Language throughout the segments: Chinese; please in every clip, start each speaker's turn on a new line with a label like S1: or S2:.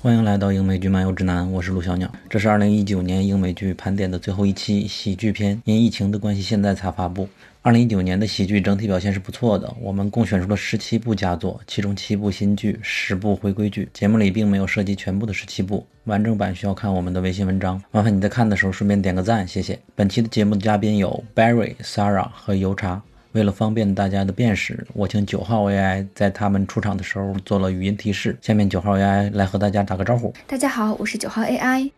S1: 欢迎来到英美剧漫游指南，我是陆小鸟。这是二零一九年英美剧盘点的最后一期喜剧篇，因疫情的关系，现在才发布。二零一九年的喜剧整体表现是不错的，我们共选出了十七部佳作，其中七部新剧，十部回归剧。节目里并没有涉及全部的十七部，完整版需要看我们的微信文章。麻烦你在看的时候顺便点个赞，谢谢。本期的节目的嘉宾有 Barry、Sarah 和油茶。为了方便大家的辨识，我请九号 AI 在他们出场的时候做了语音提示。下面九号 AI 来和大家打个招呼。
S2: 大家好，我是九号 AI。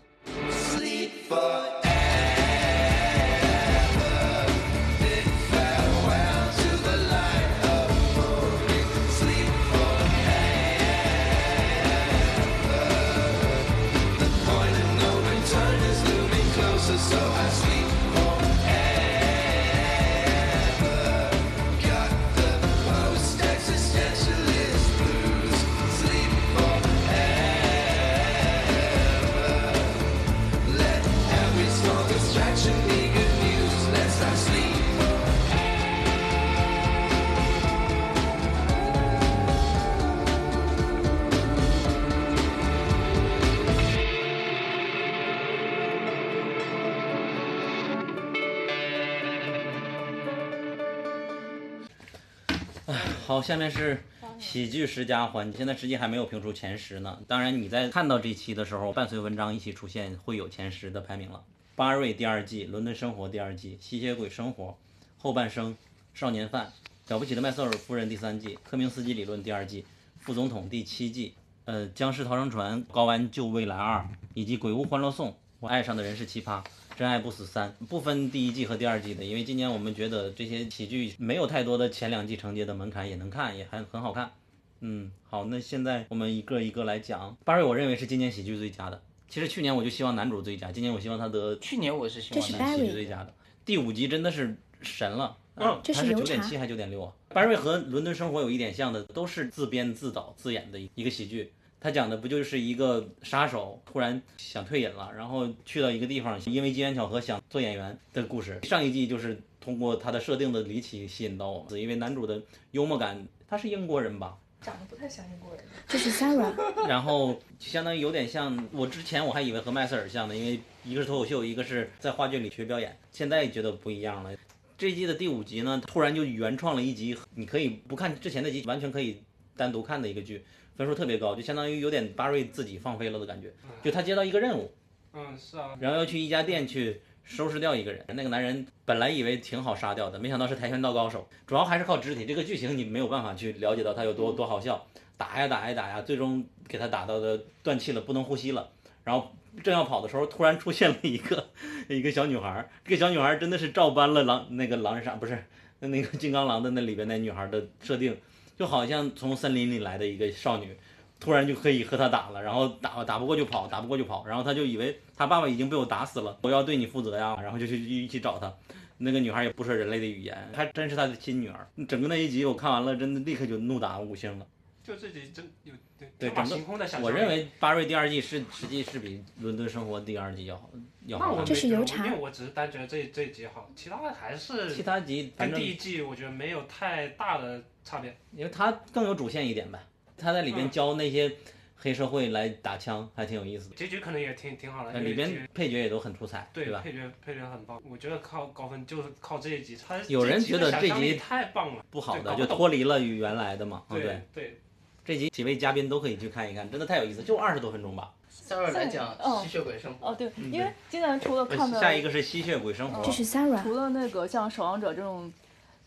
S1: 好，下面是喜剧十佳环节，现在实际还没有评出前十呢。当然，你在看到这期的时候，伴随文章一起出现，会有前十的排名了。巴瑞第二季，伦敦生活第二季，吸血鬼生活，后半生，少年犯，了不起的麦瑟尔夫人第三季，科明斯基理论第二季，副总统第七季，呃，僵尸逃生船，高安救未来二，以及鬼屋欢乐颂，我爱上的人是奇葩。真爱不死三不分第一季和第二季的，因为今年我们觉得这些喜剧没有太多的前两季承接的门槛，也能看，也还很好看。嗯，好，那现在我们一个一个来讲。八瑞，我认为是今年喜剧最佳的。其实去年我就希望男主最佳，今年我希望他得
S3: 去年我是希
S2: 这
S3: 望
S2: 是
S3: 的
S1: 喜剧
S2: Barry
S1: 最佳的。第五集真的是神了，
S3: 嗯
S2: 这
S1: 他
S2: 是
S1: 是
S2: 油
S1: 九点
S2: 茶
S1: 七还九点六啊。巴瑞和《伦敦生活》有一点像的，都是自编自导自演的一个喜剧。他讲的不就是一个杀手突然想退隐了，然后去到一个地方，因为机缘巧合想做演员的故事。上一季就是通过他的设定的离奇吸引到我们，因为男主的幽默感，他是英国人吧，
S4: 长得不太像英国人。
S2: 这是 Sarah，
S1: 然后就相当于有点像我之前我还以为和麦瑟尔像呢，因为一个是脱口秀，一个是在话剧里学表演，现在觉得不一样了。这一季的第五集呢，突然就原创了一集，你可以不看之前的集，完全可以单独看的一个剧，分数特别高，就相当于有点巴瑞自己放飞了的感觉。就他接到一个任务，
S3: 嗯是啊，
S1: 然后要去一家店去收拾掉一个人。那个男人本来以为挺好杀掉的，没想到是跆拳道高手，主要还是靠肢体。这个剧情你没有办法去了解到他有
S3: 嗯
S1: 多多好笑，打呀打呀打呀，最终给他打到的断气了，不能呼吸了。然后正要跑的时候，突然出现了一个一个小女孩儿，这个小女孩儿真的是照搬了狼那个狼人杀不是那那个金刚狼的那里边那女孩的设定，就好像从森林里来的一个少女。突然就可以和他打了，然后打打不过就跑，打不过就跑，然后他就以为他爸爸已经被我打死了，我要对你负责呀，然后就去一起找他。那个女孩也不说人类的语言，还真是他的亲女儿。整个那一集我看完了，真的立刻就怒打五星了。
S3: 就自己真有对
S1: 对
S3: 天马
S1: 整个
S3: 行空的想象力。
S1: 我认为《巴瑞》第二季是实际是比《伦敦生活》第二季要好要
S3: 那
S1: 好
S3: 我
S1: 看
S2: 这。是
S3: 没觉得
S2: 油茶
S3: 因为我只是单觉得这这一集好，其他的还
S1: 其
S3: 是
S1: 他集反
S3: 跟
S1: 正
S3: 第一季我觉得没有太大的差别。
S1: 因为他更有主线一点呗，他在里边教那些黑社会来打枪，还挺有意思的。
S3: 结局可能也挺挺好的，
S1: 呃
S3: 因为
S1: 里
S3: 结局
S1: 边配角也都很出彩，
S3: 对
S1: 吧？
S3: 配角配角很棒，我觉得靠高分就是靠这一集，他
S1: 有人觉得这集
S3: 这集的想象力太棒了，
S1: 不好
S3: 对搞
S1: 的
S3: 不
S1: 就
S3: 懂
S1: 脱离了与原来的嘛。嗯
S3: 对对，
S1: 这集几位嘉宾都可以去看一看，真的太有意思，就二十多分钟吧。
S5: 三儿来讲
S6: 嗯
S5: 吸血鬼生活，
S6: 哦，对，
S1: 嗯
S6: 因为今年除了看的，
S1: 下一个是吸血鬼生活
S2: 这，是 Sarah，
S6: 除了那个像《守望者》这种，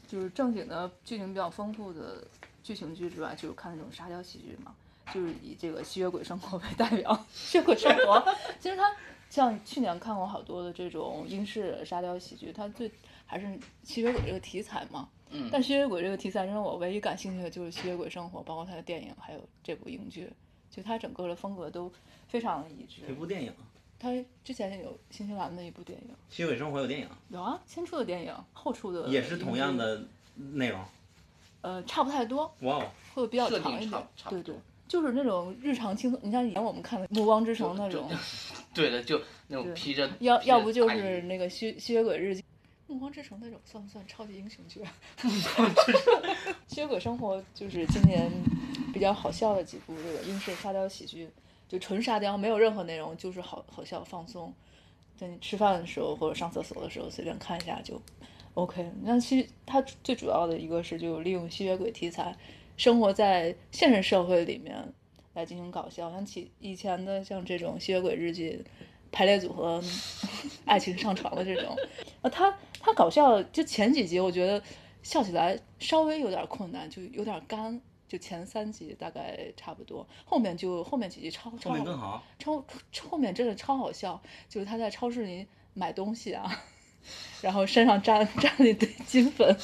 S6: 就是正经的剧情比较丰富的剧情剧之外，就是看那种沙雕喜剧嘛，就是以这个吸血鬼生活为代表。 吸血鬼生活，其实它像去年看过好多的这种英式沙雕喜剧，它最还是吸血鬼这个题材嘛。
S5: 嗯
S6: 但吸血鬼这个题材让我唯一感兴趣的就是吸血鬼生活，包括它的电影，还有这部英剧，就它整个的风格都非常的一致。
S1: 一部电影，
S6: 它之前有新西兰的一部电影。
S1: 吸血鬼生活有电影，
S6: 有啊，先出的电影，后出的
S1: 也是同样
S6: 影集，
S1: 的内容。
S6: 呃，差不太多，
S1: 哇哦，
S6: 会比较
S5: 设
S6: 长
S5: 定
S6: 一
S5: 差
S6: 点
S5: 不。差不
S6: 对
S5: 多
S6: 对，就是那种日常轻松。你像以前我们看的《暮光之城》那种，
S5: 对的，就那种
S6: 对
S5: 披着，
S6: 要
S5: 披着
S6: 要不就
S5: 大
S6: 是
S5: 衣
S6: 那个吸吸血 鬼日记，《暮光之城》那种算不算超级英雄剧啊？ 吸血鬼生活就是今年比较好笑的几部这个英式沙雕喜剧，就纯沙雕，没有任何内容，就是好好笑放松。就你吃饭的时候或者上厕所的时候随便看一下就 OK。那其实它最主要的一个是就利用吸血鬼题材，生活在现实社会里面来进行搞笑。像其以前的像这种吸血鬼日记。排列组合， 爱情上床的这种，啊，他他搞笑，就前几集我觉得笑起来稍微有点困难，就有点干，就前三集大概差不多，后面就后面几集超超
S1: 后面更好。
S6: 超后面真的超好笑，就是他在超市里买东西啊， 然后身上沾沾了一堆金粉，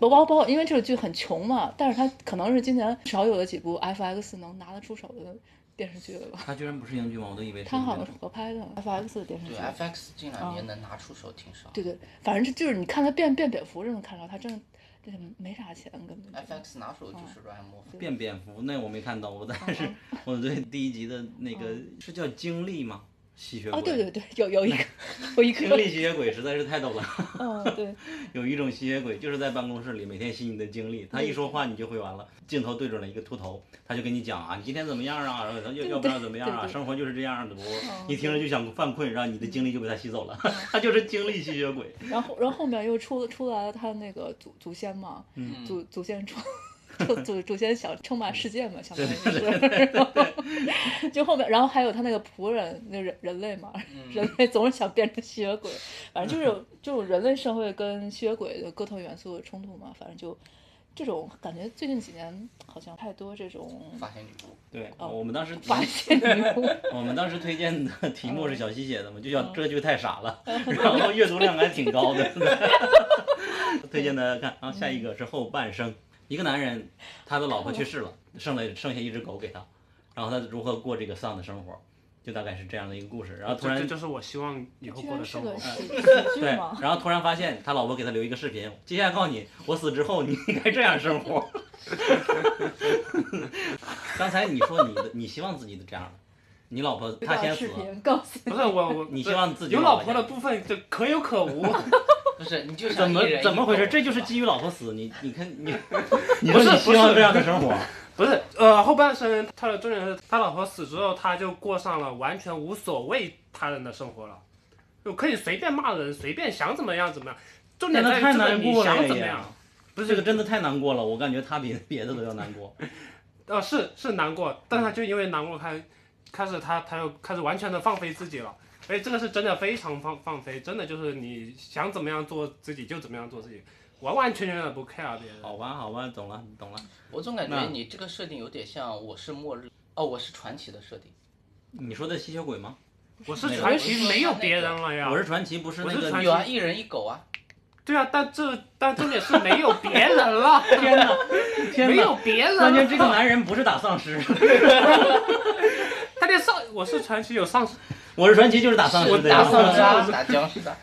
S6: 包包包，因为这个剧很穷嘛，但是他可能是今年少有的几部 FX 能拿得出手的电视剧了吧。
S1: 它居然不是英剧吗？我都以为是
S6: 他
S1: 英剧
S6: 好
S1: 呢
S6: 像是合拍的 FX 的电视剧
S5: 对，，FX 近两年能拿出手挺少。
S6: 哦对对，反正就是你看他变变蝙蝠，真的看着他真的真的没啥钱，根本就。
S5: ，FX 拿手
S6: 哦
S5: 就是软魔法，
S1: 变蝙蝠那我没看到，我
S6: 啊
S1: 但是我对第一集的那个是叫经历吗？吸血鬼
S6: 啊，哦 对对对，有有 一个有一
S1: 经
S6: 个，
S1: 历吸血鬼实在是太逗了。
S6: 嗯，对，
S1: 有一种吸血鬼就是在办公室里每天吸你的精力，他一说话你就会完了。镜头对准了一个秃头，他就跟你讲啊，你今天怎么样啊？然后他要要不然怎么样啊？
S6: 对哦对
S1: 生活就是这样的不？你听着就想犯困，然后你的精力就被他吸走了。
S6: 嗯
S1: 他就是精力吸血鬼，
S6: 然后然后后面又出出来了他那个祖祖先嘛，
S5: 嗯
S6: 祖祖先创。祖祖祖先想称霸世界嘛，相当于是，就后面，然后还有他那个仆人，那人人类嘛，
S1: 嗯
S5: 嗯
S6: 人类总是想变成吸血鬼，反正就是这种人类社会跟吸血鬼的各种元素的冲突嘛，反正就这种感觉，最近几年好像太多这种
S5: 嗯发现女巫，
S1: 对，
S6: 哦
S1: 我们当时
S6: 发现女 巫，
S1: 我们当时推荐的题目是小西写的嘛，就叫这剧太傻了，然后阅读量还挺高的， 推荐大家看。然后下一个是后半生，一个男人他的老婆去世了，剩了剩下一只狗给他，然后他如何过这个丧的生活，就大概是这样的一个故事。然后啊突
S3: 这
S1: 然
S3: 这就是我希望以后
S6: 居
S3: 过
S6: 然
S3: 的
S6: 是
S3: 生活
S6: 个。喜喜剧
S1: 对
S6: 吗，？
S1: 然后突然发现他老婆给他留一个视频，接下来告诉你，我死之后你应该这样生活。刚才你说你的，你希望自己的这样的，你老婆她先死
S6: 视
S1: 了。
S6: 频告诉
S3: 不是我我
S1: 你希望自己
S3: 有
S1: 老
S3: 老婆的部分就可有可无，
S5: 不是你就
S1: 怎
S5: 像
S1: 么
S5: 一人一
S1: 怎么回事？
S5: 狗
S1: 这就是基于老婆死，你你看你，你
S3: 不
S1: 说
S3: 是
S1: 你希望
S3: 不是
S1: 这样的生活，
S3: 不是呃后半生他的重点是他老婆死之后，他就过上了完全无所谓他人的生活了，就可以随便骂人，随便想怎么样怎么样，重
S1: 那
S3: 点在
S1: 他
S3: 于
S1: 太
S3: 这个
S1: 难
S3: 你
S1: 过了
S3: 想怎么
S1: 也
S3: 样。。不
S1: 不
S3: 是
S1: 这个真的太难过了，我感觉他比别的都要难过。
S3: 呃，是是难过，但他就因为难过开，开始他他又开始完全的放飞自己了。哎，这个是真的非常放放飞，真的就是你想怎么样做自己就怎么样做自己，完完全全的不 care 别人。
S1: 好吧，好吧，懂了，懂了。
S5: 我总感
S1: 那
S5: 觉你这个设定有点像我是末日哦，我是传奇的设定。
S1: 你说的吸血鬼吗？
S3: 我是
S1: 没有
S3: 传奇，没有别人了呀
S1: 啊我。是传奇，不是那
S3: 我是
S1: 个
S3: 传奇
S5: 有啊，一人一狗啊，
S3: 对啊，但这但重点是没有别人了，
S1: 天 哪，天
S3: 没
S1: 哪！
S3: 有别人
S1: 关
S3: 了。
S1: 键这个男人不是打丧尸，
S3: 他连上我是传奇有上
S1: 我是传奇就是打丧尸
S3: 我
S1: 的呀。
S5: 打丧尸
S3: 我
S5: 啊
S3: 知道
S5: 打僵尸啊，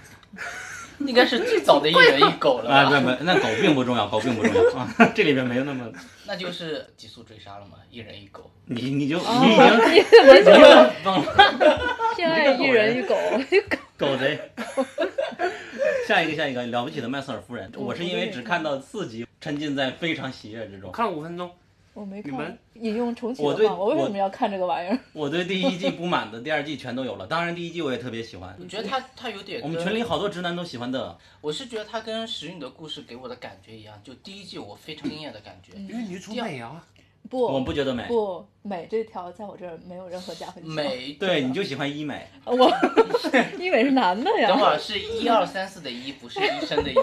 S5: 应该是最早的一人一狗 了
S1: 啊，
S5: 吧？
S1: 那不那狗并不重要，狗并不重要啊，这里边没有那么
S5: 那就是极速追杀了嘛，一人一狗。
S1: 你你就
S6: 哦
S1: 你已经
S6: 你怎么就
S1: 忘了
S6: 偏爱一人一 狗？
S1: 狗贼。 下一个，下一个，了不起的麦瑟尔夫人。我是因为只看到四集，沉浸在非常喜悦之
S3: 我
S1: 中。
S3: 看了五分钟，
S6: 我没
S3: 你们
S6: 看，引用重启
S1: 我
S6: 的
S1: 对
S6: 话，我为
S1: 我
S6: 什么要看这个玩意儿？
S1: 我对第一季不满的，第二季全都有了。当然，第一季我也特别喜欢。
S5: 我觉得他他有点
S1: 我们
S5: 跟
S1: 群里好多直男都喜欢的。
S5: 我是觉得它跟《时运的故事》给我的感觉一样，就第一季我非
S4: 嗯
S5: 常惊艳的感觉，
S3: 因为女主美啊，
S1: 我
S6: 不
S1: 不觉得美，
S6: 不，美这条在我这儿没有任何加分项。
S5: 美。
S1: 哦对，你就喜欢医美。
S6: 我因为是男的
S5: 等会
S6: 呀，
S5: 儿是一二三四的一， 不是医生的医。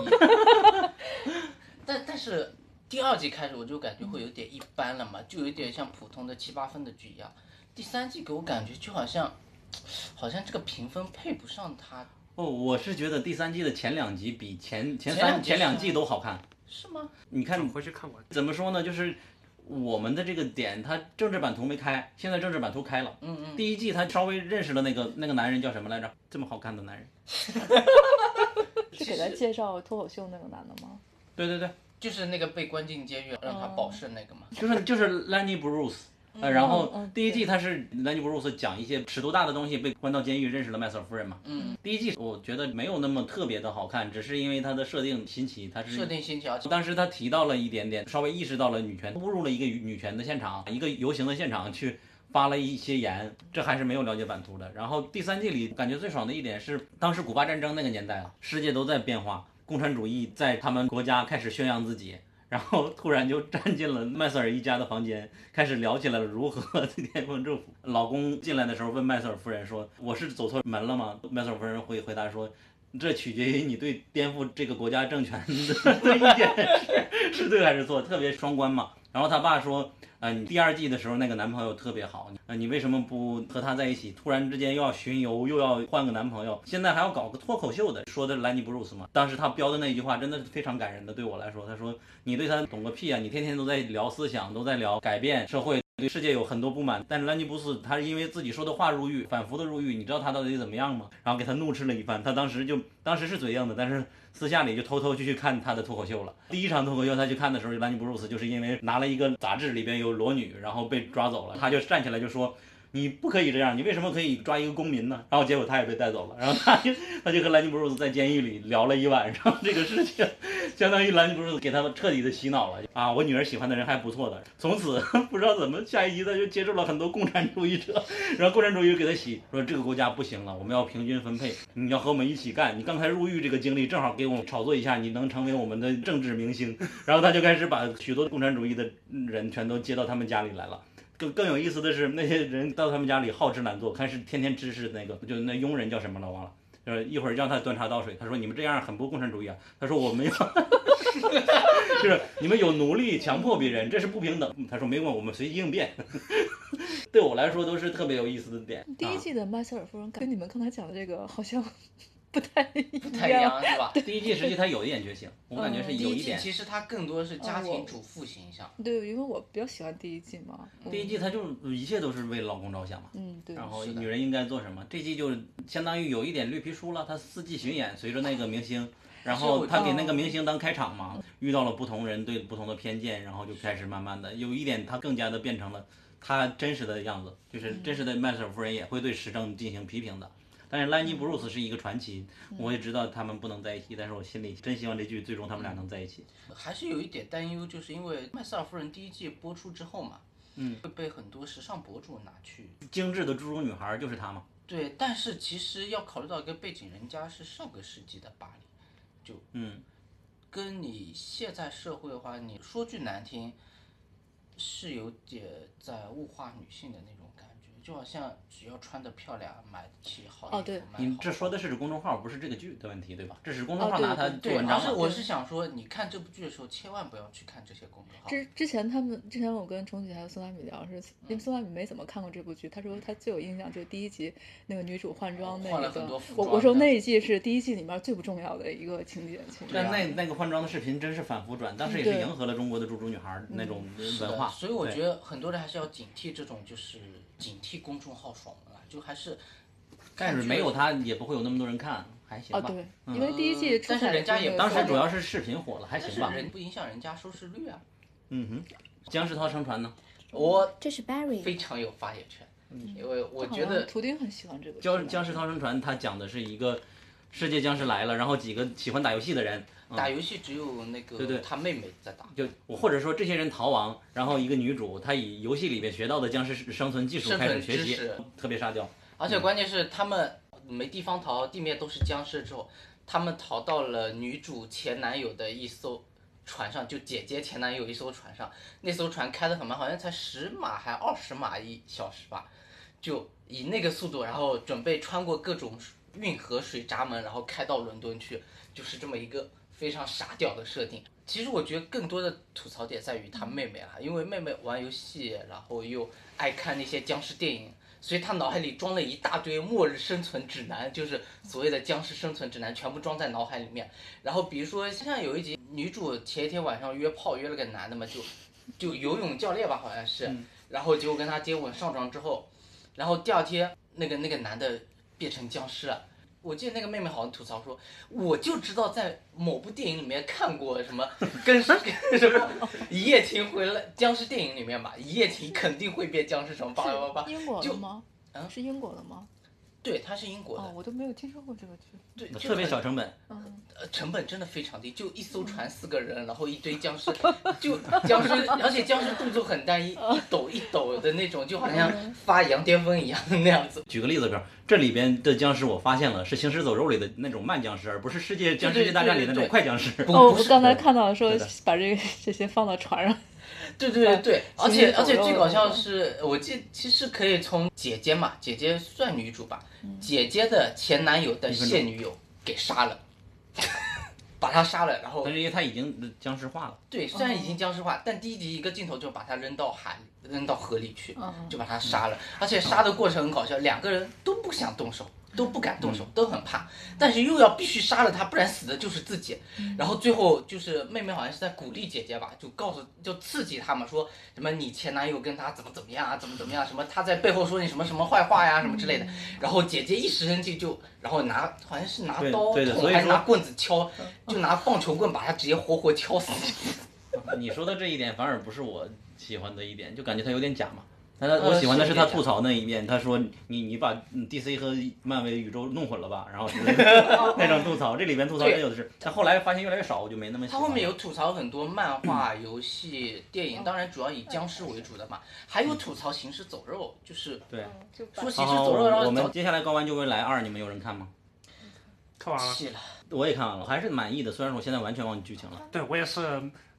S5: 但但是第二季开始我就感觉会有点一般了嘛，就有点像普通的七八分的剧一样。第三季给我感觉就好像，好像这个评分配不上它，
S1: 哦，我是觉得第三季的前两集比前前
S5: 前两
S1: 三
S5: 集
S1: 前两季都好看。
S5: 是吗？
S1: 你看
S3: 哎回去看完。
S1: 怎么说呢？就是我们的这个点，它政治版图没开，现在政治版图开了。
S5: 嗯嗯。
S1: 第一季他稍微认识了那个那个男人叫什么来着？这么好看的男人。
S6: 是给他介绍脱口秀那个男的吗？
S1: 对对对。
S5: 就是那个被关进监狱让他保释那个嘛。
S1: 就是就是 Lenny Bruce。呃，然后
S6: 嗯
S1: 第一季他是 Lenny Bruce 讲一些尺度大的东西，被关到监狱，认识了麦瑟尔夫人嘛。
S4: 哦
S5: 嗯，
S1: 第一季我觉得没有那么特别的好看，只是因为它的设定新奇，
S4: 嗯
S1: 它
S5: 设
S1: 是。
S5: 定新奇，而且
S1: 当时他提到了一点点，稍微意识到了女权，误入了一个女权的现场，一个游行的现场去
S7: 发了一些言，这还是没有了解版图的。然后第三季里感觉最爽的一点是，当时古巴战争那个年代啊，世界都在变化，共产主义在他们国家开始宣扬自己。然后突然就站进了麦瑟尔一家的房间，开始聊起来了如何 颠覆政府。老公进来的时候问麦瑟尔夫人说：“我是走错门了吗？”麦瑟尔夫人回回答说：“这取决于你对颠覆这个国家政权的的意见是是对还是错，特别双关嘛。”然后他爸说：“啊、你第二季的时候那个男朋友特别好，啊、你为什么不和他在一起？突然之间又要巡游，又要换个男朋友，现在还要搞个脱口秀的，说的是兰尼布鲁斯嘛。啊当时他标的那一句话真的是非常感人的，对我来说，他说你对他懂个屁啊，你天天都在聊思想，都在聊改变社会。”对世界有很多不满，但是兰尼布斯他因为自己说的话入狱，反复的入狱，你知道他到底怎么样吗？然后给他怒斥了一番，他当时就当时是嘴硬的，但是私下里就偷偷就去看他的脱口秀了。第一场脱口秀他去看的时候，兰尼布鲁斯就是因为拿了一个杂志里边有裸女，然后被抓走了，他就站起来就说。你不可以这样，你为什么可以抓一个公民呢？然后结果他也被带走了，然后他就他就和兰尼布鲁斯在监狱里聊了一晚上这个事情，相当于兰尼布鲁斯给他们彻底的洗脑了啊！我女儿喜欢的人还不错的，从此 不知道怎么下一集他就接触了很多共产主义者，然后共产主义者给他洗说这个国家不行了，我们要平均分配，你要和我们一起干，你刚才入狱这个经历正好给我们炒作一下，你能成为我们的政治明星，然后他就开始把许多共产主义的人全都接到他们家里来了。更更有意思的是，那些人到他们家里好吃懒做，开始天天指使那个，就那佣人叫什么了，忘了。就是一会儿让他端茶倒水，他说你们这样很不共产主义啊。他说我们要， 就是你们有奴隶强迫别人，这是不平等。他说没用，我们随机应变。 对我来说都是特别有意思的点。
S4: 第一
S7: 啊、
S4: 季的麦瑟尔夫人跟你们刚才讲的这个好像不太
S5: 不
S4: 一
S5: 太一
S4: 样。
S5: 样是吧？
S7: 啊第一季实际他有一点觉醒，我感觉是
S5: 哦第
S7: 有
S5: 一
S7: 一
S5: 季
S7: 点。
S5: 其实它更多是家
S4: 哦我
S5: 庭主妇形象，
S4: 对，因为我比较喜欢第一季嘛。嗯
S7: 第一季他就是一切都是为老公着想嘛。
S4: 嗯，对。
S7: 然后
S5: 是的
S7: 女人应该做什么？这季就相当于有一点绿皮书了，他四季巡演，随着那个明星，然后他给那个明星当开场嘛，遇到了不同人对不同的偏见，然后就开始慢慢的有一点，他更加的变成了他真实的样子，就是真
S4: 嗯
S7: 实的麦瑟尔夫人也会对时政进行批评的。但是兰尼·
S4: 嗯
S7: 布鲁斯是一个传奇，我也知道他们不能在一起，但是我心里真希望这剧最终他们俩能在一起。
S5: 还是有一点担忧，就是因为《麦瑟尔夫人》第一季播出之后嘛，
S7: 嗯，
S5: 会被很多时尚博主拿去。
S7: 精致的猪猪女孩就是她嘛，
S5: 对，但是其实要考虑到一个背景，人家是上个世纪的巴黎，
S7: 嗯，
S5: 跟你现在社会的话，你说句难听，是有点在物化女性的那种感觉，就好像只要穿得漂亮，买得起好衣服，
S4: 哦对
S5: 买
S7: 你
S5: 好
S7: 这说的是指公众号，不是这个剧的问题，对吧？这是公众号
S4: 哦对
S7: 拿它
S4: 对
S7: 做
S5: 对，
S7: 文章
S5: 而
S7: 嘛
S5: 是我是想说，你看这部剧的时候，千万不要去看这些公众号。
S4: 之之前他们之前我跟重启还有宋大米聊是，因为宋大米没怎么看过这部剧，他说他最有印象就是第一集那个女主换装那
S5: 换了
S4: 一
S5: 很多
S4: 个
S5: 服，
S4: 我
S5: 装
S4: 我说
S5: 的
S4: 那一季是第一季里面最不重要的一个情节，情节
S7: 但那那个换装的视频真是反复转，当时也是
S4: 啊对
S7: 迎合了中国的猪猪女孩儿那种
S5: 是
S7: 文
S5: 的
S7: 化，
S5: 所以我觉
S7: 得
S5: 得很多人还是要警惕这种，就是警惕公众号爽文啊，就还是看
S7: 但
S5: 剧的时候。
S7: 是没有它也不会有那么多人看，还行
S4: 哦
S7: 吧。
S4: 对，因为第一季
S5: 嗯
S4: 出
S5: 但是
S4: 彩的
S5: 人家
S4: 就
S5: 也
S4: 是
S7: 当时
S4: 宋
S7: 主
S4: 大
S7: 要
S4: 米
S7: 是视频火了，还
S5: 但
S7: 行
S5: 是
S7: 吧。
S5: 人不影响人家收视率啊。
S7: 嗯哼，僵尸涛乘船呢？
S5: 我
S2: 这是
S5: 非
S2: Barry，
S5: 常有发言权，因为我
S4: 好
S5: 觉
S4: 像
S5: 得
S4: 图钉很喜欢这个
S7: 僵
S4: 剧
S7: 僵尸逃生船，它讲的是一个世界僵尸来了，然后几个喜欢打游戏的人，嗯
S5: 打游戏只有那
S7: 对对
S5: 个他妹妹在打，
S7: 就我或者说这些人逃亡，然后一个女主她以游戏里边学到的僵尸生存技术
S5: 生
S7: 开始
S5: 存
S7: 学
S5: 知
S7: 习，
S5: 识，
S7: 特别沙雕。
S5: 而且关键是他们没地方逃，地面都是僵尸之后，他们逃到了女主前男友的一艘船上，就姐姐前男友一艘船上，那艘船开得很慢，好像才十码还二十码一小时吧，就以那个速度，然后准备穿过各种运河水闸门，然后开到伦敦去，就是这么一个非常傻屌的设定。其实我觉得更多的吐槽点在于她妹妹啦，因为妹妹玩游戏，然后又爱看那些僵尸电影，所以她脑海里装了一大堆末日生存指南，就是所谓的僵尸生存指南，全部装在脑海里面。然后比如说像有一集，女主前一天晚上约炮约了个男的嘛，就就游泳教练吧，好像是，然后结果跟他接吻上床之后，然后第二天那个那个男的变成僵尸了。我记得那个妹妹好像吐槽说，我就知道在某部电影里面看过什么跟 跟什么一夜情回来僵尸电影里面吧，一夜情肯定会变僵尸什么巴拉巴拉巴拉。
S4: 英国
S5: 就
S4: 的吗
S5: 啊？
S4: 是英国的吗？
S5: 对，它是英国
S4: 哦，
S5: 的，
S4: 我都没有听说过这个剧。
S5: 对，就
S7: 特别
S5: 很
S7: 小成本，
S4: 嗯，
S5: 呃，成本真的非常低，就一艘船四个人，然后一堆僵尸，就僵尸，而且僵尸动作很单一，一抖一抖的那种，就好像发羊癫疯一样的那样子。
S7: 举个例子，比如这里边的僵尸，我发现了是《行尸走肉》里的那种慢僵尸，而不是《世界僵尸世界大战》里的那种快僵尸。
S5: 不
S4: 哦，我
S5: 不是
S4: 刚才
S7: 对
S4: 看到说
S7: 对的
S4: 把这个这些放到船上，
S5: 对对对对，而
S4: 行
S5: 且
S4: 尸
S5: 而且
S4: 走肉
S5: 最
S4: 的
S5: 搞
S4: 那
S5: 笑
S4: 种
S5: 是，我记其实可以从姐姐嘛，姐姐算女主吧，姐姐的前男友的
S7: 一分
S5: 现女友给杀了， 把他杀了，然后
S7: 但是因为它已经僵尸化了，
S5: 对，虽然已经僵尸化，但第一集一个镜头就把他扔到海，扔到河里去，就把他杀了。而且杀的过程很搞笑，两个人都不想动手，都不敢
S7: 嗯
S5: 动手，都很怕，但是又要必须杀了他，不然死的就是自己。然后最后就是妹妹好像是在鼓励姐姐吧，就告诉就刺激他嘛，说什么你前男友跟他怎么怎么样啊，怎么怎么样，什么他在背后说你什么什么坏话呀，什么之类的。然后姐姐一时生气就，然后拿好像是拿
S7: 对
S5: 刀
S7: 对的所
S5: 捅
S7: 以
S5: 还是拿
S7: 说
S5: 棍子敲，就拿棒球棍把他直接活活敲死。
S7: 你说的这一点反而不是我喜欢的一点，就感觉它有点假嘛。但他
S5: 呃
S7: 我喜欢的是
S5: 是
S7: 他
S5: 有点假
S7: 吐槽那一面，他说你你把嗯 DC 和漫威宇宙弄混了吧，然后是那种吐槽，这里边吐槽真有的是。但后来发现越来越少，我就没那么喜
S5: 他
S7: 欢。
S5: 后面有吐槽很多漫画、 游戏、电
S4: 哦
S5: 影，当然主要以僵尸为主的嘛，还
S4: 嗯
S5: 有吐槽行尸走肉，就是
S4: 哦
S7: 对，
S6: 就把
S5: 说行
S7: 好
S5: 尸
S7: 好，
S5: 走肉，然
S7: 我
S5: 后
S7: 哦我们
S5: 找
S7: 接下来《高玩就会来二》，你们有人看吗？
S3: 看完了。
S5: 气了。
S7: 我也看完了，我还是满意的，虽然说我现在完全忘记剧情了。
S3: 对我也是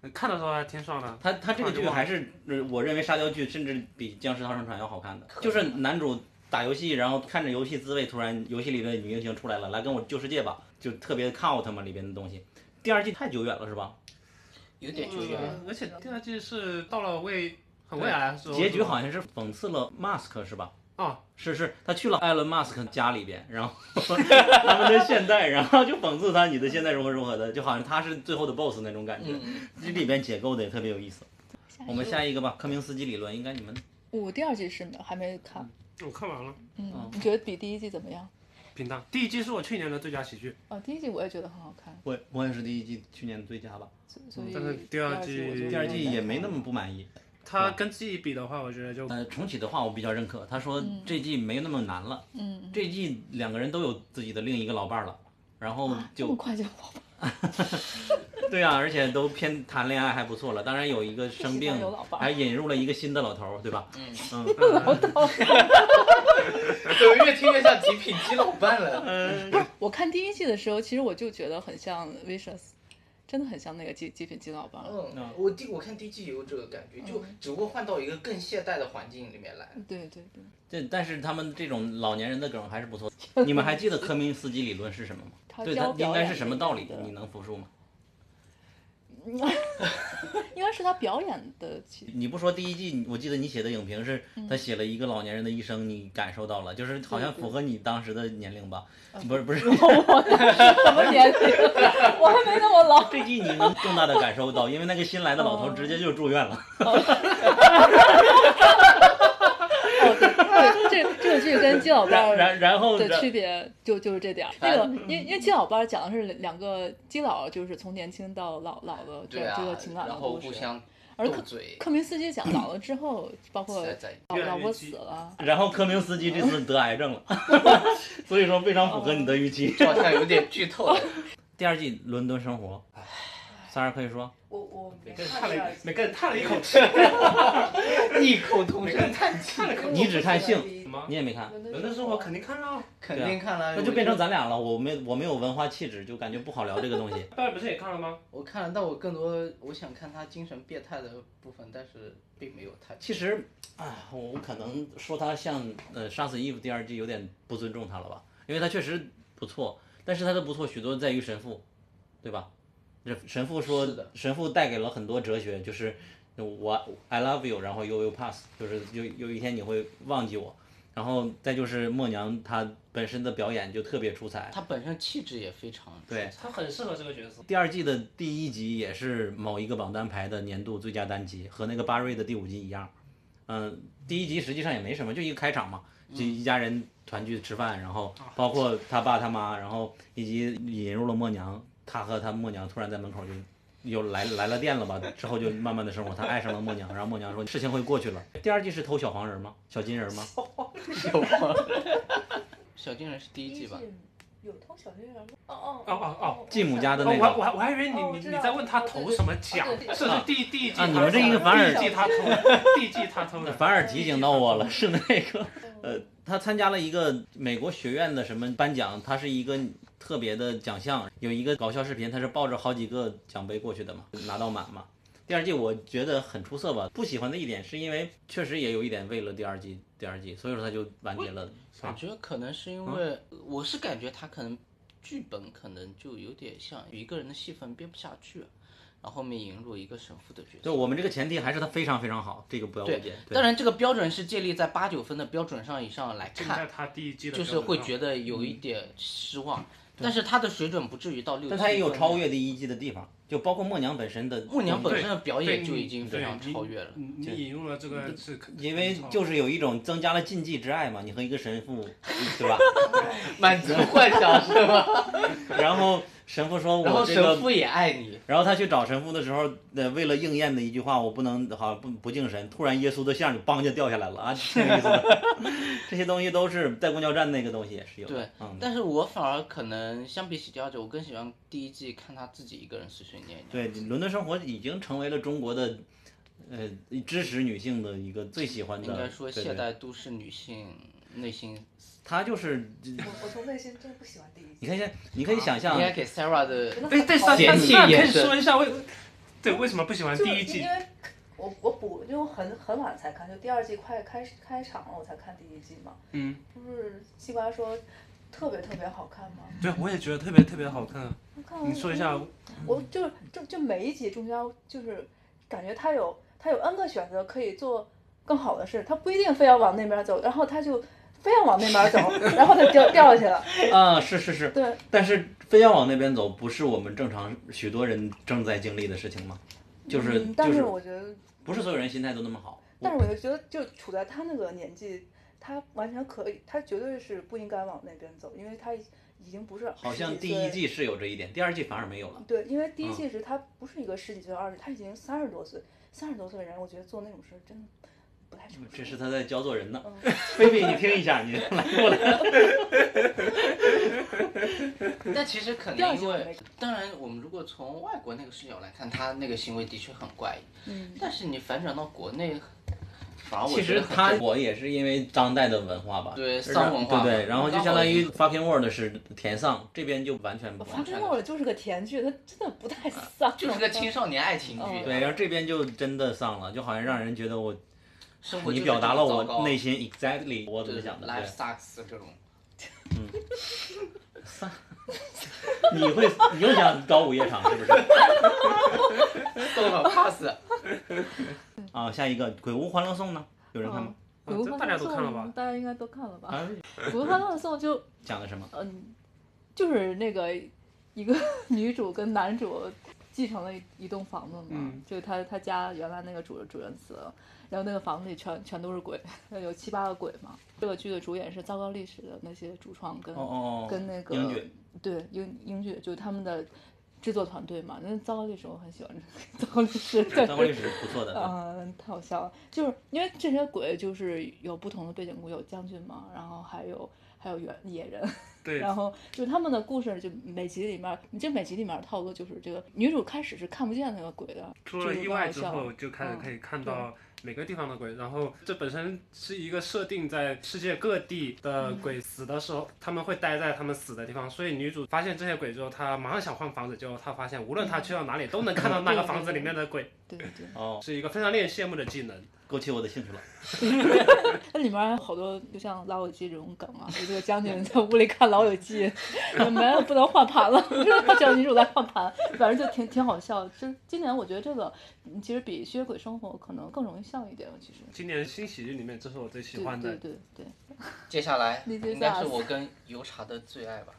S3: 呃看的时候还挺爽的。
S7: 他他这个
S3: 啊
S7: 剧
S3: 对
S7: 还是呃我认为沙雕剧甚至比《僵尸逃生船》要好看的，
S5: 可
S7: 就是男主打游戏，然后看着游戏滋味，突然游戏里的女英雄出来了，来跟我救世界吧，就特别 count 嘛里边的东西。第二季太久远了是吧？
S5: 有点久远了。
S3: 嗯，而且第二季是到了未很未来的时候，
S7: 结局好像是讽刺了 Mask 是吧？
S5: 啊
S3: 哦，
S7: 是是，他去了 Elon Musk 家里边，然后 他们的现代，然后就讽刺他你的现代如何如何的，就好像他是最后的 boss 那种感觉。
S5: 嗯，
S7: 这里边解构的也特别有意思。我
S4: 一
S7: 们
S4: 个
S7: 下一个吧，科明斯基理论应该你们
S4: 我第二季是没有还没看，
S3: 我看完了。
S7: 嗯
S4: 嗯，你觉得比第一季怎么样？
S3: 平淡，第一季是我去年的最佳喜剧，
S4: 哦，第一季我也觉得很好看，
S7: 我我也是第一季去年最佳吧。
S4: 所所以
S3: 嗯但是第
S4: 第
S3: 二
S4: 季
S3: 季
S4: 我就
S7: 第二季
S4: 再
S7: 也没
S4: 看
S7: 那
S4: 了
S7: 么不满意。
S3: 它跟这一比的话，我觉得就
S7: 呃，重启的话我比较认可，他说这季没那么难了，
S4: 嗯，
S7: 这季两个人都有自己的另一个老伴儿了，然后
S4: 嗯啊这么
S7: 就
S4: 快就好吧
S7: 对啊，而且都偏谈恋爱还不错了，当然有一个生病
S4: 这季有老伴儿嗯
S7: 还引入了一个新的老头儿，对吧？嗯
S5: 怎么越听越像极品基老伴 了？
S7: 嗯
S4: 我看第一季的时候，其实我就觉得很像 Vicious，真的很像那个极极品基老板。
S5: 嗯，我第我看第一季也有这个感觉，就
S4: 嗯
S5: 只不过换到一个更现代的环境里面来。
S4: 对对对，
S7: 这但是他们这种老年人的梗还是不 错。你们还记得科明斯基理论是什么吗？
S4: 他
S7: 对，它
S4: 教
S7: 应
S4: 表
S7: 该
S4: 演
S7: 是什
S4: 那
S7: 么道
S4: 种
S7: 理
S4: 的？
S7: 你能复述吗？
S4: 应该是他表演的其
S7: 你不说第一季，我记得你写的影评是他写了一个老年人的一生，你感受到了，就是好像
S4: 嗯对对嗯
S7: 符合你当时的年龄吧？不是不 是，
S4: 什么年龄？ 我还没那么 老。
S7: 这季你能重大的感受到，因为那个新来的老头直接就住院了。
S4: 哦对，这这个剧跟基老伴
S7: 然
S4: 儿
S7: 然然后
S4: 的
S7: 然
S4: 区别就就是这点儿。那个，因为因为基老伴儿讲的是两个基佬，就是从年轻到老老的这
S5: 对啊
S4: 这个情，感的
S5: 然后
S4: 故
S5: 互
S4: 事。
S5: 相
S4: 而
S5: 斗
S4: 克
S5: 嘴，
S4: 克明斯基讲老了之后， 包括
S5: 在在
S4: 老
S3: 越来
S4: 老
S3: 越
S4: 婆
S3: 激
S4: 死了，
S7: 然后科明斯基这次得癌症了，所以说非常符合你的预期。
S5: 这好像有点剧透了。
S7: 第二季《伦敦生活》，三儿可以说，
S6: 我我没
S3: 每个人
S6: 看
S3: 叹
S6: 第
S3: 了
S6: 二
S3: 一
S6: 季，
S3: 每个人叹了一口气，
S5: 异口同声 叹气，
S3: 叹了口气。
S7: 你只看性
S3: 什么
S7: 你？也没看，
S3: 人的嗯生活肯定看了，
S5: 肯定看了。
S7: 那就变成咱俩了。我没我没有文化气质，就感觉不好聊这个东西。
S3: 爸不是也看了吗？
S5: 我看了，但我更多我想看他精神变态的部分，但是并没有太。
S7: 其实，啊，我我可能说他像呃《杀死伊芙》第二季有点不尊重他了吧，因为他确实不错，但是他的不错许多在于神父，对吧？神神父说
S5: 是的，
S7: 神父带给了很多哲学，就是我 I love you，然后 you will pass，就是有有一天你会忘记我。然后再就是默娘她本身的表演就特别出彩，
S5: 他本身气质也非常
S7: 对
S3: 他很适合这个角色。
S7: 第二季的第一集也是某一个榜单排的年度最佳单集，和那个巴瑞的第五集一样。嗯、第一集实际上也没什么，就一个开场嘛，
S3: 嗯
S7: 就一家人团聚吃饭，然后
S3: 啊
S7: 包括他爸他妈，然后以及引入了默娘，他和他默娘突然在门口就。又来来了电了吧？之后就慢慢的生活，他爱上了默娘，然后默娘说事情会过去了。第二季是偷小黄人吗？小金人吗？
S5: 小金人是第一季吧？
S4: 有通小金人吗？哦哦
S3: 哦哦哦
S7: 继母家的
S3: 哦
S7: 那
S3: 我
S7: 个
S3: 我还我还以为你
S4: 哦我
S3: 你
S4: 知
S3: 你
S4: 道
S3: 在问他投什么奖
S4: 哦对，对
S3: 是是第第一季
S7: 啊
S3: 他
S7: 你们这个反而
S3: 第一季他偷 的，第一季他偷的，
S7: 反而提醒到我了，是那个，呃，他参加了一个美国学院的什么颁奖，他是一个特别的奖项，有一个搞笑视频，他是抱着好几个奖杯过去的嘛，拿到满嘛。第二季我觉得很出色吧，不喜欢的一点是因为确实也有一点为了第二季第二季，所以说他就完结了。
S5: 我觉得可能是因为我是感觉他可能剧本可能就有点像一个人的戏份编不下去，然后后面引入一个神父的角色
S7: 对。我们这个前提还是他非常非常好，这个不要误
S5: 对
S7: 解。对
S5: 当然，这个标准是建立在八九分的标准上以上来
S3: 现在
S5: 看，
S3: 他嗯第一季的
S5: 就是会觉
S3: 得
S5: 得有一点失望，但是他的水准不至于到六。
S7: 但他也有超越第一季的地方，就包括默娘本身的
S5: 默娘本
S3: 嗯对
S5: 身的表演就已经
S3: 对
S5: 非常
S3: 你
S5: 超越了。
S3: 你 你引入了这个是可，
S7: 因为就是有一种增加了禁忌之爱嘛，你和一个神父，对 吧？
S5: 满足幻想是吧？
S7: 然后神父说
S5: 然后
S7: 我 这
S5: 神
S7: 个，
S5: 父也爱你，
S7: 然后他去找神父的时候，呃，为了应验的一句话，我不能好不不敬神，突然耶稣的像就梆就掉下来 了啊，挺有意思的。 这些东西都是在公交站那个东西也是有的。
S5: 对
S7: 嗯，
S5: 但是我反而可能相比起第二季，我更喜欢第一季看他自己一个人碎碎念念。
S7: 对，伦敦生活已经成为了中国的，呃，支持女性的一个最喜欢的。
S5: 应该说
S7: 对
S5: 现
S7: 对
S5: 代都市女性内心，
S7: 他就是，
S4: 我我从内心真不喜欢第一季。
S7: 你看现，你可以想象
S5: 应，该给 Sarah 的
S3: 对哎对，三
S5: 嫌
S3: 三
S5: 弃
S3: 那可
S5: 眼
S3: 以
S5: 神
S3: 说一下为对为什么不喜欢
S4: 就
S3: 第
S4: 是
S3: 一季
S4: 因？为我我补，因为我很很晚才看，就第二季快开始开场了，我才看第一季嘛。
S3: 嗯，
S4: 不是西瓜说特别特别好看吗？
S3: 对，我也觉得特别特别好看。啊
S4: 我看完
S3: 你说一下，
S4: 我就是就就每一集中间就是感觉他有他有 N 个选择可以做更好的事，他不一定非要往那边走，然后他就非要往那边 走，然后他掉掉下去了。
S7: 啊，是是是，
S4: 对，
S7: 但是非要往那边走，不是我们正常许多人正在经历的事情吗？就是、
S4: 嗯但
S7: 就是是，
S4: 我觉得，
S7: 不是所有人心态都那么好。
S4: 但是我就觉得，就处在他那个年纪，他完全可以，他绝对是不应该往那边走，因为他已经不是
S7: 好
S4: 十
S7: 像
S4: 几
S7: 第一
S4: 岁
S7: 季是有这一点，第二季反而没有了。
S4: 对，因为第一
S7: 嗯
S4: 季时他不是一个十几岁、二十，他已经三十多岁，三十多岁的人，我觉得做那种事儿真的不太成熟。
S7: 嗯这是他在教做人呢
S4: 嗯。
S7: 菲菲，你听一下，你来过来。
S5: 但其实可
S4: 第二
S5: 能
S4: 季
S5: 因
S4: 我
S5: 为
S4: 没，
S5: 当然我们如果从外国那个视角来看，他那个行为的确很怪异。嗯，但是你反转到国内，反而我
S7: 其
S5: 觉
S7: 实
S5: 得很
S7: 他 我也是因为当代的文化吧，
S5: 对
S7: 然
S5: 丧文化
S7: 对
S5: 嘛
S7: 对，然后就
S5: 刚好
S7: 相当于
S5: 一个
S7: fucking word 是填丧，这边就完全不
S4: 我
S7: 一
S4: 发
S7: 样。
S4: 现我就是个甜剧，它真的不 太丧。
S5: 就是个青少年爱情剧。
S4: 嗯
S7: 对，然后这边就真的丧了，就好像让人觉得我
S5: 生活
S7: 你
S5: 就是
S7: 表达了
S5: 这么糟
S7: 我
S5: 糕
S7: 内心 exactly 我怎
S5: 对对
S7: 么想的。
S5: ，life
S7: 对
S5: sucks 这种。
S7: 你会你又想搞午夜场是不是？
S5: 送了 pass。
S7: 啊，下一个《鬼屋欢乐颂》呢？有人看吗？
S3: 啊
S6: 鬼屋
S3: 这
S6: 欢
S3: 大
S6: 乐
S3: 家都看了
S4: 嗯
S6: 颂
S3: 吧？
S6: 大家应该都看了吧？
S7: 嗯啊，
S6: 鬼屋欢乐颂就
S7: 讲的什么？
S6: 嗯，就是那个一个 女主跟男主继承了一一栋房子嘛，
S3: 嗯
S6: 就他他家原来那个主主人死了，然后那个房子里全全都是鬼， 有七八个鬼嘛。这个剧的主演是糟糕历史的那些主创跟、
S7: 哦哦哦，
S6: 跟那个
S7: 英剧
S6: 对英英剧，就是他们的制作团队嘛。那糟糕历史我很喜欢， 糟糕历史对
S7: 三国历史不错的。对
S6: 嗯，太好笑了。就是因为这些鬼就是有不同的背景故事，有将军嘛，然后还有还有原野人，
S3: 对，
S6: 然后就是他们的故事，就每集里面儿，你这每集里面儿的套路就是这个女主开始是看不见那个鬼的，
S3: 出
S6: 就
S3: 了
S6: 是
S3: 意
S6: 更
S3: 外
S6: 好
S3: 之
S6: 笑
S3: 后，就开始
S6: 嗯
S3: 可以看到每个地方的鬼。然后这本身是一个设定在世界各地的鬼死的时候，他们会待在他们死的地方。所以女主发现这些鬼之后，她马上想换房子，结果她发现无论她去到哪里都能看到那个房子里面的鬼，
S6: 对对对，
S7: 哦，
S3: 是一个非常令人羡慕的技能。
S7: 勾起我的兴趣了。
S6: 它里面儿好多就像《老友记》这种梗啊，就这个将军在屋里看《老友记》， 呃没了不能换盘了， 叫女主在换盘，反正就挺挺好笑。就是今年我觉得这个嗯其实比《吸血鬼生活》可能更容易笑一点，其实。
S3: 今年新喜剧里面，这是我最喜
S6: 对
S3: 欢
S6: 对
S3: 的。
S6: 对对，
S5: 接下来
S6: DJ
S5: 应该是我跟油茶的最爱吧？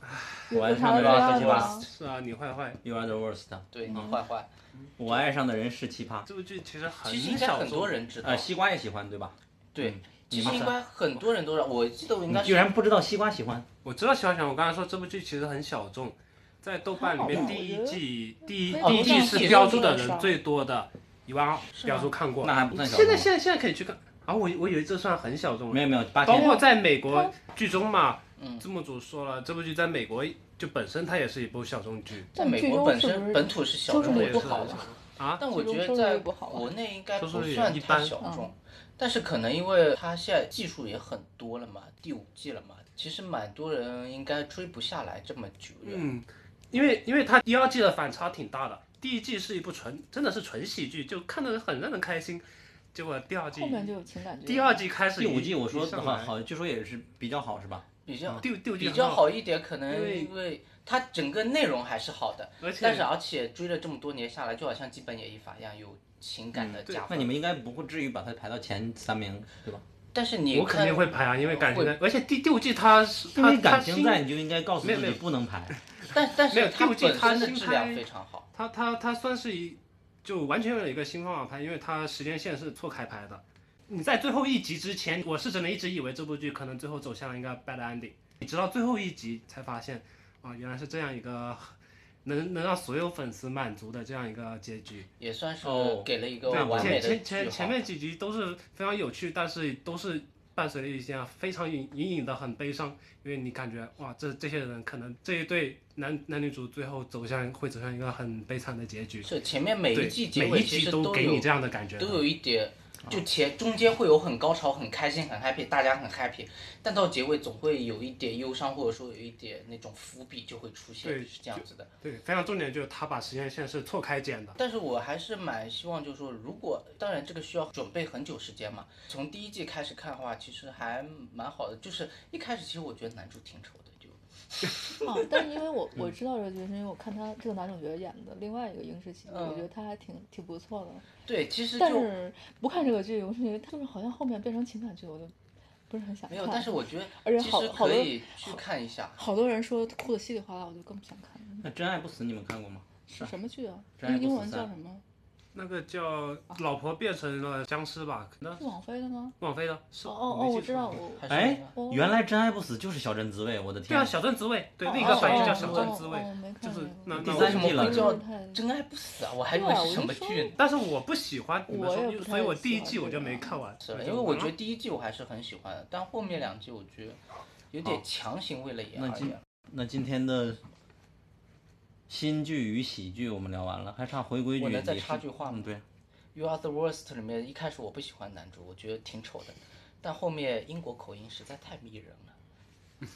S6: 有
S7: 完
S6: 有啥
S7: 全没办法
S6: 这样
S7: 自己
S6: 的
S7: 玩
S6: 吗
S3: 是啊，你坏坏，
S7: You are the worst。
S5: 对
S3: 嗯
S5: 你坏坏，
S7: 我爱上的人是奇葩。
S3: 这部剧其实很
S5: 其实应该
S3: 啊小啊
S5: 很多
S3: 众
S5: 人知道
S7: 呃，。西瓜也喜欢对吧？
S5: 对
S7: 嗯，
S5: 其
S7: 你
S5: 实
S7: 们
S5: 应该很多人都知道。我记得我应
S7: 你
S5: 该
S7: 居
S5: 是
S7: 然不知道西瓜喜欢？
S3: 我知道小小，我刚才说这部剧其实很小众，在豆瓣里面第一季第一
S6: 哦
S3: 第一季是标注的人最多的，一万二
S6: 是吗
S3: 标注看过
S7: 那。还不算小众
S3: 现在现在现在可以去看啊！我以我以为这算很小众
S7: 没
S3: 了，
S7: 有没有，八
S3: 包
S7: 天
S3: 括在美国剧中嘛，
S5: 嗯
S3: 字幕组说了，这部剧在美国就本身它也是一部小众剧，
S5: 在美国本身本土是小
S6: 收视
S5: 众
S6: 率
S5: 也
S6: 不
S5: 不
S6: 好
S5: 好
S6: 了
S5: 的，
S3: 啊，
S5: 但我
S6: 这种
S5: 觉
S6: 收
S5: 得
S6: 视
S5: 在
S6: 率不好啊
S5: 国内应该
S3: 收视
S5: 不
S3: 率
S5: 算
S3: 一
S5: 太
S3: 般
S5: 小众
S6: 嗯，
S5: 但是可能因为它现在技术也很多了嘛，第五季了嘛，其实蛮多人应该追不下来这么久的。
S3: 嗯，因为因为它一二季的反差挺大的，第一季是一部纯真的是纯喜剧，就看得很让人开心，结果第二季
S6: 后面就有情感剧了。
S3: 第二季开始
S7: 第五
S3: 一
S7: 季我
S3: 一
S7: 说
S3: 上
S7: 好
S3: 来
S7: 好，据说也是比较好是吧？
S5: 比较
S3: 第第五季
S5: 嗯比
S3: 很
S5: 较好一点，可能
S3: 因为
S5: 因为它整个内容还是好的，
S3: 而且
S5: 但是而且追了这么多年下来，就好像基本演绎法一样，有情感的
S3: 嗯对
S5: 加
S7: 那
S5: 分。
S7: 你们应该不会至于把它排到前三名，对吧？
S5: 但是你
S3: 我肯定
S5: 看
S3: 会排啊，因为感情
S5: 会
S3: 在，而且第第五季它是
S7: 因
S3: 它
S7: 为感情在，
S3: 它新
S7: 你就应该告诉
S3: 没有
S7: 自
S3: 没
S7: 己
S3: 有
S7: 不能排。
S5: 但但
S3: 没有
S5: 是
S3: 第
S5: 它
S3: 五
S5: 本
S3: 季它
S5: 身的
S3: 新
S5: 质量
S3: 拍
S5: 非常好，
S3: 它它它算是一就完全有一个新方法拍，因为它时间线是错开拍的。你在最后一集之前，我是真的一直以为这部剧可能最后走向一个 bad ending，你直到最后一集才发现，啊、原来是这样一个 能能让所有粉丝满足的这样一个结局。
S5: 也算是
S7: 哦
S5: 给了一个
S3: 对，啊
S5: 完美
S3: 前
S5: 的
S3: 前
S5: 句
S3: 前
S5: 号。
S3: 前面几集都是非常有趣，但是都是伴随着一些非常隐隐隐的很悲伤，因为你感觉哇，这这些人可能这一对男 男女主最后走向会走向一个很悲惨的结局。
S5: 是前面每
S3: 对
S5: 一季，结
S3: 每
S5: 尾
S3: 一
S5: 其
S3: 集
S5: 实都有
S3: 给你这样的啊感觉。
S5: 都有一点，就前中间会有很高潮、很开心、很 happy，大家很 happy，但到结尾总会有一点忧伤，或者说有一点那种伏笔就会出现，
S3: 对
S5: 是这样子的。
S3: 对，非常重点就是他把时间线是错开剪的。
S5: 但是我还是蛮希望，就是说，如果当然这个需要准备很久时间嘛，从第一季开始看的话，其实还蛮好的。就是一开始其实我觉得男主挺丑的，就
S6: 哦，但是因为
S3: 嗯
S6: 我我知道这个角色，因为我看他这个男主角演的另外一个影视喜剧，我
S5: 嗯
S6: 觉得他还挺挺不错的。
S5: 对，其实
S6: 但
S5: 就是
S6: 不看这个剧，我是觉得他就是好像后面变成情感剧，我就不是很想
S5: 没
S6: 看。
S5: 有。但是我觉得
S6: 而且
S5: 其
S6: 好
S5: 实
S6: 好
S5: 可
S6: 多
S5: 以去看一下。
S6: 好多人说哭的稀里哗啦，我就更不想看。
S7: 那《真爱不死》你们看过吗？
S6: 是什么剧啊？
S7: 真
S6: 那个
S7: 爱不
S6: 英
S7: 死
S6: 文
S7: 三
S6: 叫什么？
S3: 那个叫老婆变成了僵尸吧？那
S6: 是网飞的吗？
S3: 网飞的是
S6: 哦哦哦，
S3: 没记
S6: 我知
S3: 错
S6: 道，
S3: 的
S6: 我
S5: 还是
S7: 哎
S5: 那个，
S6: 哦
S7: 原来《真爱不死》就是小镇滋味，我的
S3: 对
S7: 天
S3: 啊，！小镇滋味，对，
S6: 哦
S3: 另一个
S6: 哦
S3: 反应
S6: 哦
S3: 叫小镇滋味。
S6: 哦哦没看
S3: 就是
S6: 过
S3: 那
S7: 第
S3: 那
S7: 三
S5: 为什么
S7: 季了
S5: 会叫
S6: 不太
S5: 真爱不死啊？我还以为
S6: 对啊
S5: 是什么
S6: 我就
S5: 剧呢。
S3: 但是我不喜欢你们
S6: 我
S3: 说
S6: 也，不太
S3: 所以我
S6: 喜
S3: 第一
S6: 欢
S3: 季我
S6: 这
S3: 就
S6: 个
S3: 没看完。
S5: 是啊
S3: 我
S5: 因
S3: 就
S5: 为我
S3: 完
S5: 觉
S3: 了
S5: 得第一季我还是很喜欢的，但后面两季我觉得有点强行为了演
S7: 哦那
S5: 而
S7: 今
S5: 演。
S7: 那今天的新剧与喜剧我们聊完了，还差回归剧。
S5: 我能再
S7: 也是
S5: 插句话吗
S7: 嗯，对，
S5: You Are the Worst 里面一开始我不喜欢男主，我觉得挺丑的，但后面英国口音实在太迷人了。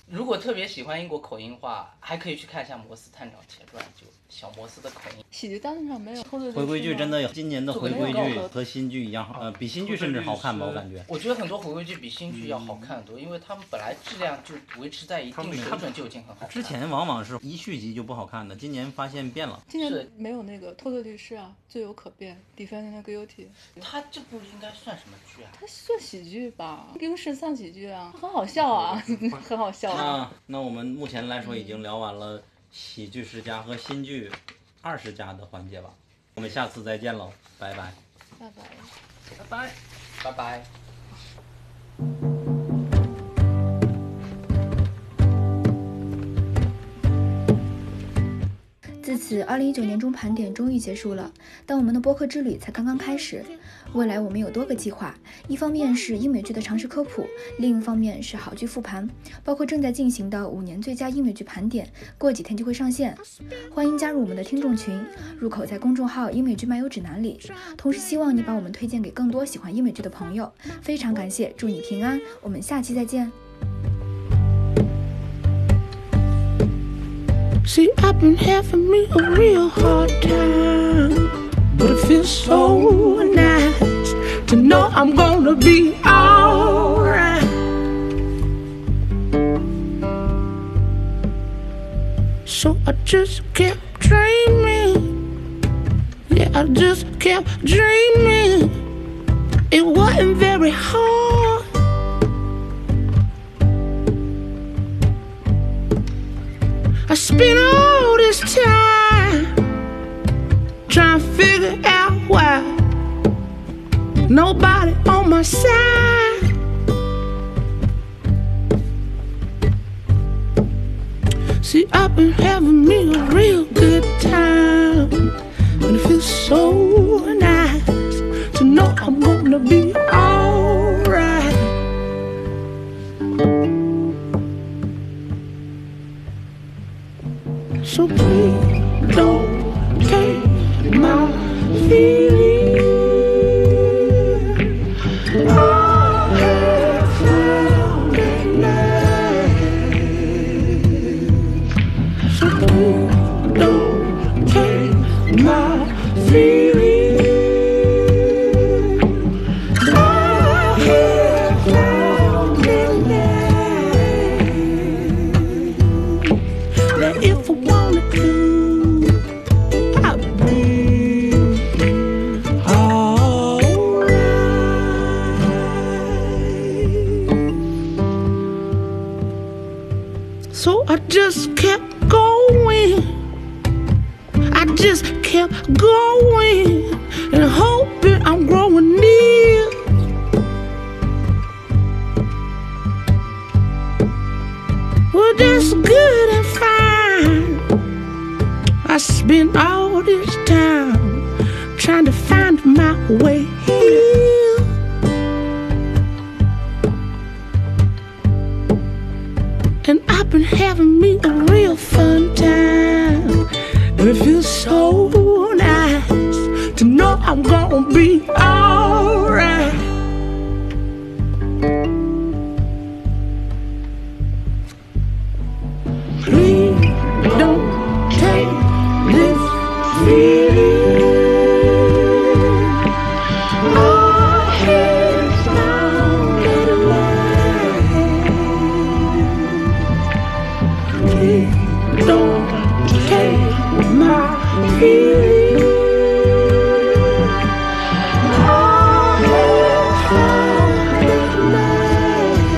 S5: 如果特别喜欢英国口音的话，还可以去看一下《摩斯探长前传》，就小摩斯的口音。
S6: 喜剧单子上没有脱罪律师
S7: 回归剧
S6: 吗
S7: 真的今年的
S5: 做
S7: 回
S5: 个
S7: 归
S5: 广告
S7: 剧
S6: 和
S7: 和新剧一样，呃，比新剧甚至好看吧，我感觉。
S5: 我觉得很多回归剧比新剧要好看很多，因为他们本来质量就维持在一
S3: 他们
S5: 定水
S3: 看
S5: 准就已经很好看了。
S7: 之前往往是一续集就不好看的，今年发现变了。
S6: 今年
S5: 是
S6: 没有那个脱罪律师啊，罪有可辩，Defending Guilty，
S5: 他这部应该算什么剧啊？
S6: 它算喜剧吧，英式丧喜剧啊，很好笑啊， 很好笑啊。
S7: 那那我们目前来说已经聊完了喜剧十佳和新剧二十佳的环节吧，我们下次再见喽，拜拜。
S6: 拜拜。
S3: 拜拜。
S5: 拜拜。
S2: 自此，二零一九年中盘点终于结束了，但我们的播客之旅才刚刚开始。未来我们有多个计划，一方面是英美剧的常识科普，另一方面是好剧复盘，包括正在进行的五年最佳英美剧盘点，过几天就会上线。欢迎加入我们的听众群，入口在公众号“英美剧漫游指南”里。同时，希望你把我们推荐给更多喜欢英美剧的朋友。非常感谢，祝你平安，我们下期再见。
S8: See, I've been having me a real hard time. But it feels so nice to know I'm gonna be alright. So I just kept dreaming. Yeah, I just kept dreaming. It wasn't very hard. I spent all this time trying to figure out why nobody on my side. See, I've been having me a real good time, and it feels so nice to know I'm gonna be alright. kept going. I just kept going and hoping I'm growing near. Well, that's good and fine. I spent all this time trying to find my way here. And I've been having me a real fun time. And it feels so nice to know I'm gonna be alright. Please don't take this feeling. Our heads down and alive. Please don't take my feeling. Our heads down and alive.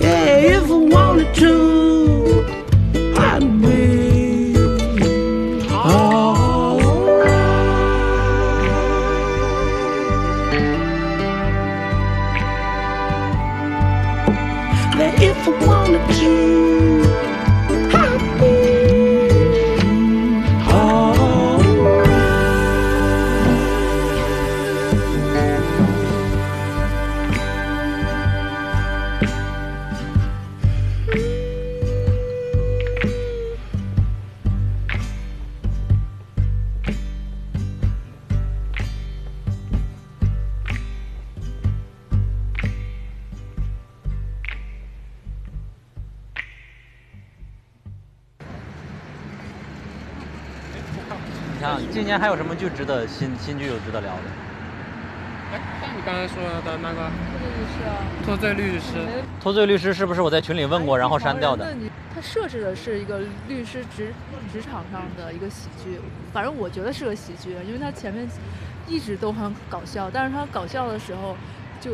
S8: Yeah, if I wanted to, I'd be alright. That if I wanted to, I'd be alright.
S7: 你看今年还有什么剧值得新新剧有值得聊的？
S3: 哎，你刚才说的那个
S6: 是啊，
S3: 脱罪律师，
S7: 脱罪律师是不是我在群里问过，
S6: 哎
S7: 然后删掉
S6: 嗯
S7: 的？。
S6: 它设置的是一个律师职职场上的一个喜剧，反正我觉得是个喜剧，因为它前面一直都很搞笑，但是它搞笑的时候就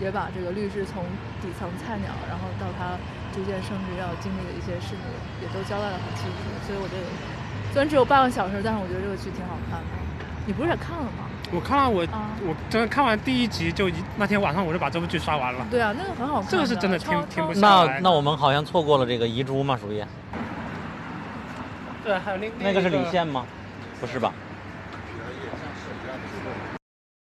S6: 也把这个律师从底层菜鸟，然后到他逐渐升职要经历的一些事情也都交代的很清楚，所以我觉得虽然只有半个小时，但是我觉得这个剧挺好看的。你不是也看了吗？
S3: 我看完我
S6: 啊
S3: 我真的看完第一集就一那天晚上我就把这部剧刷完了。
S6: 对啊，那个很好看。
S3: 这个是真的
S6: 超
S3: 挺挺不
S6: 超
S3: 下
S7: 那
S3: 来
S7: 那我们好像错过了这个遗珠嘛，属于
S3: 对，还有那
S7: 那个是李现吗？不是吧？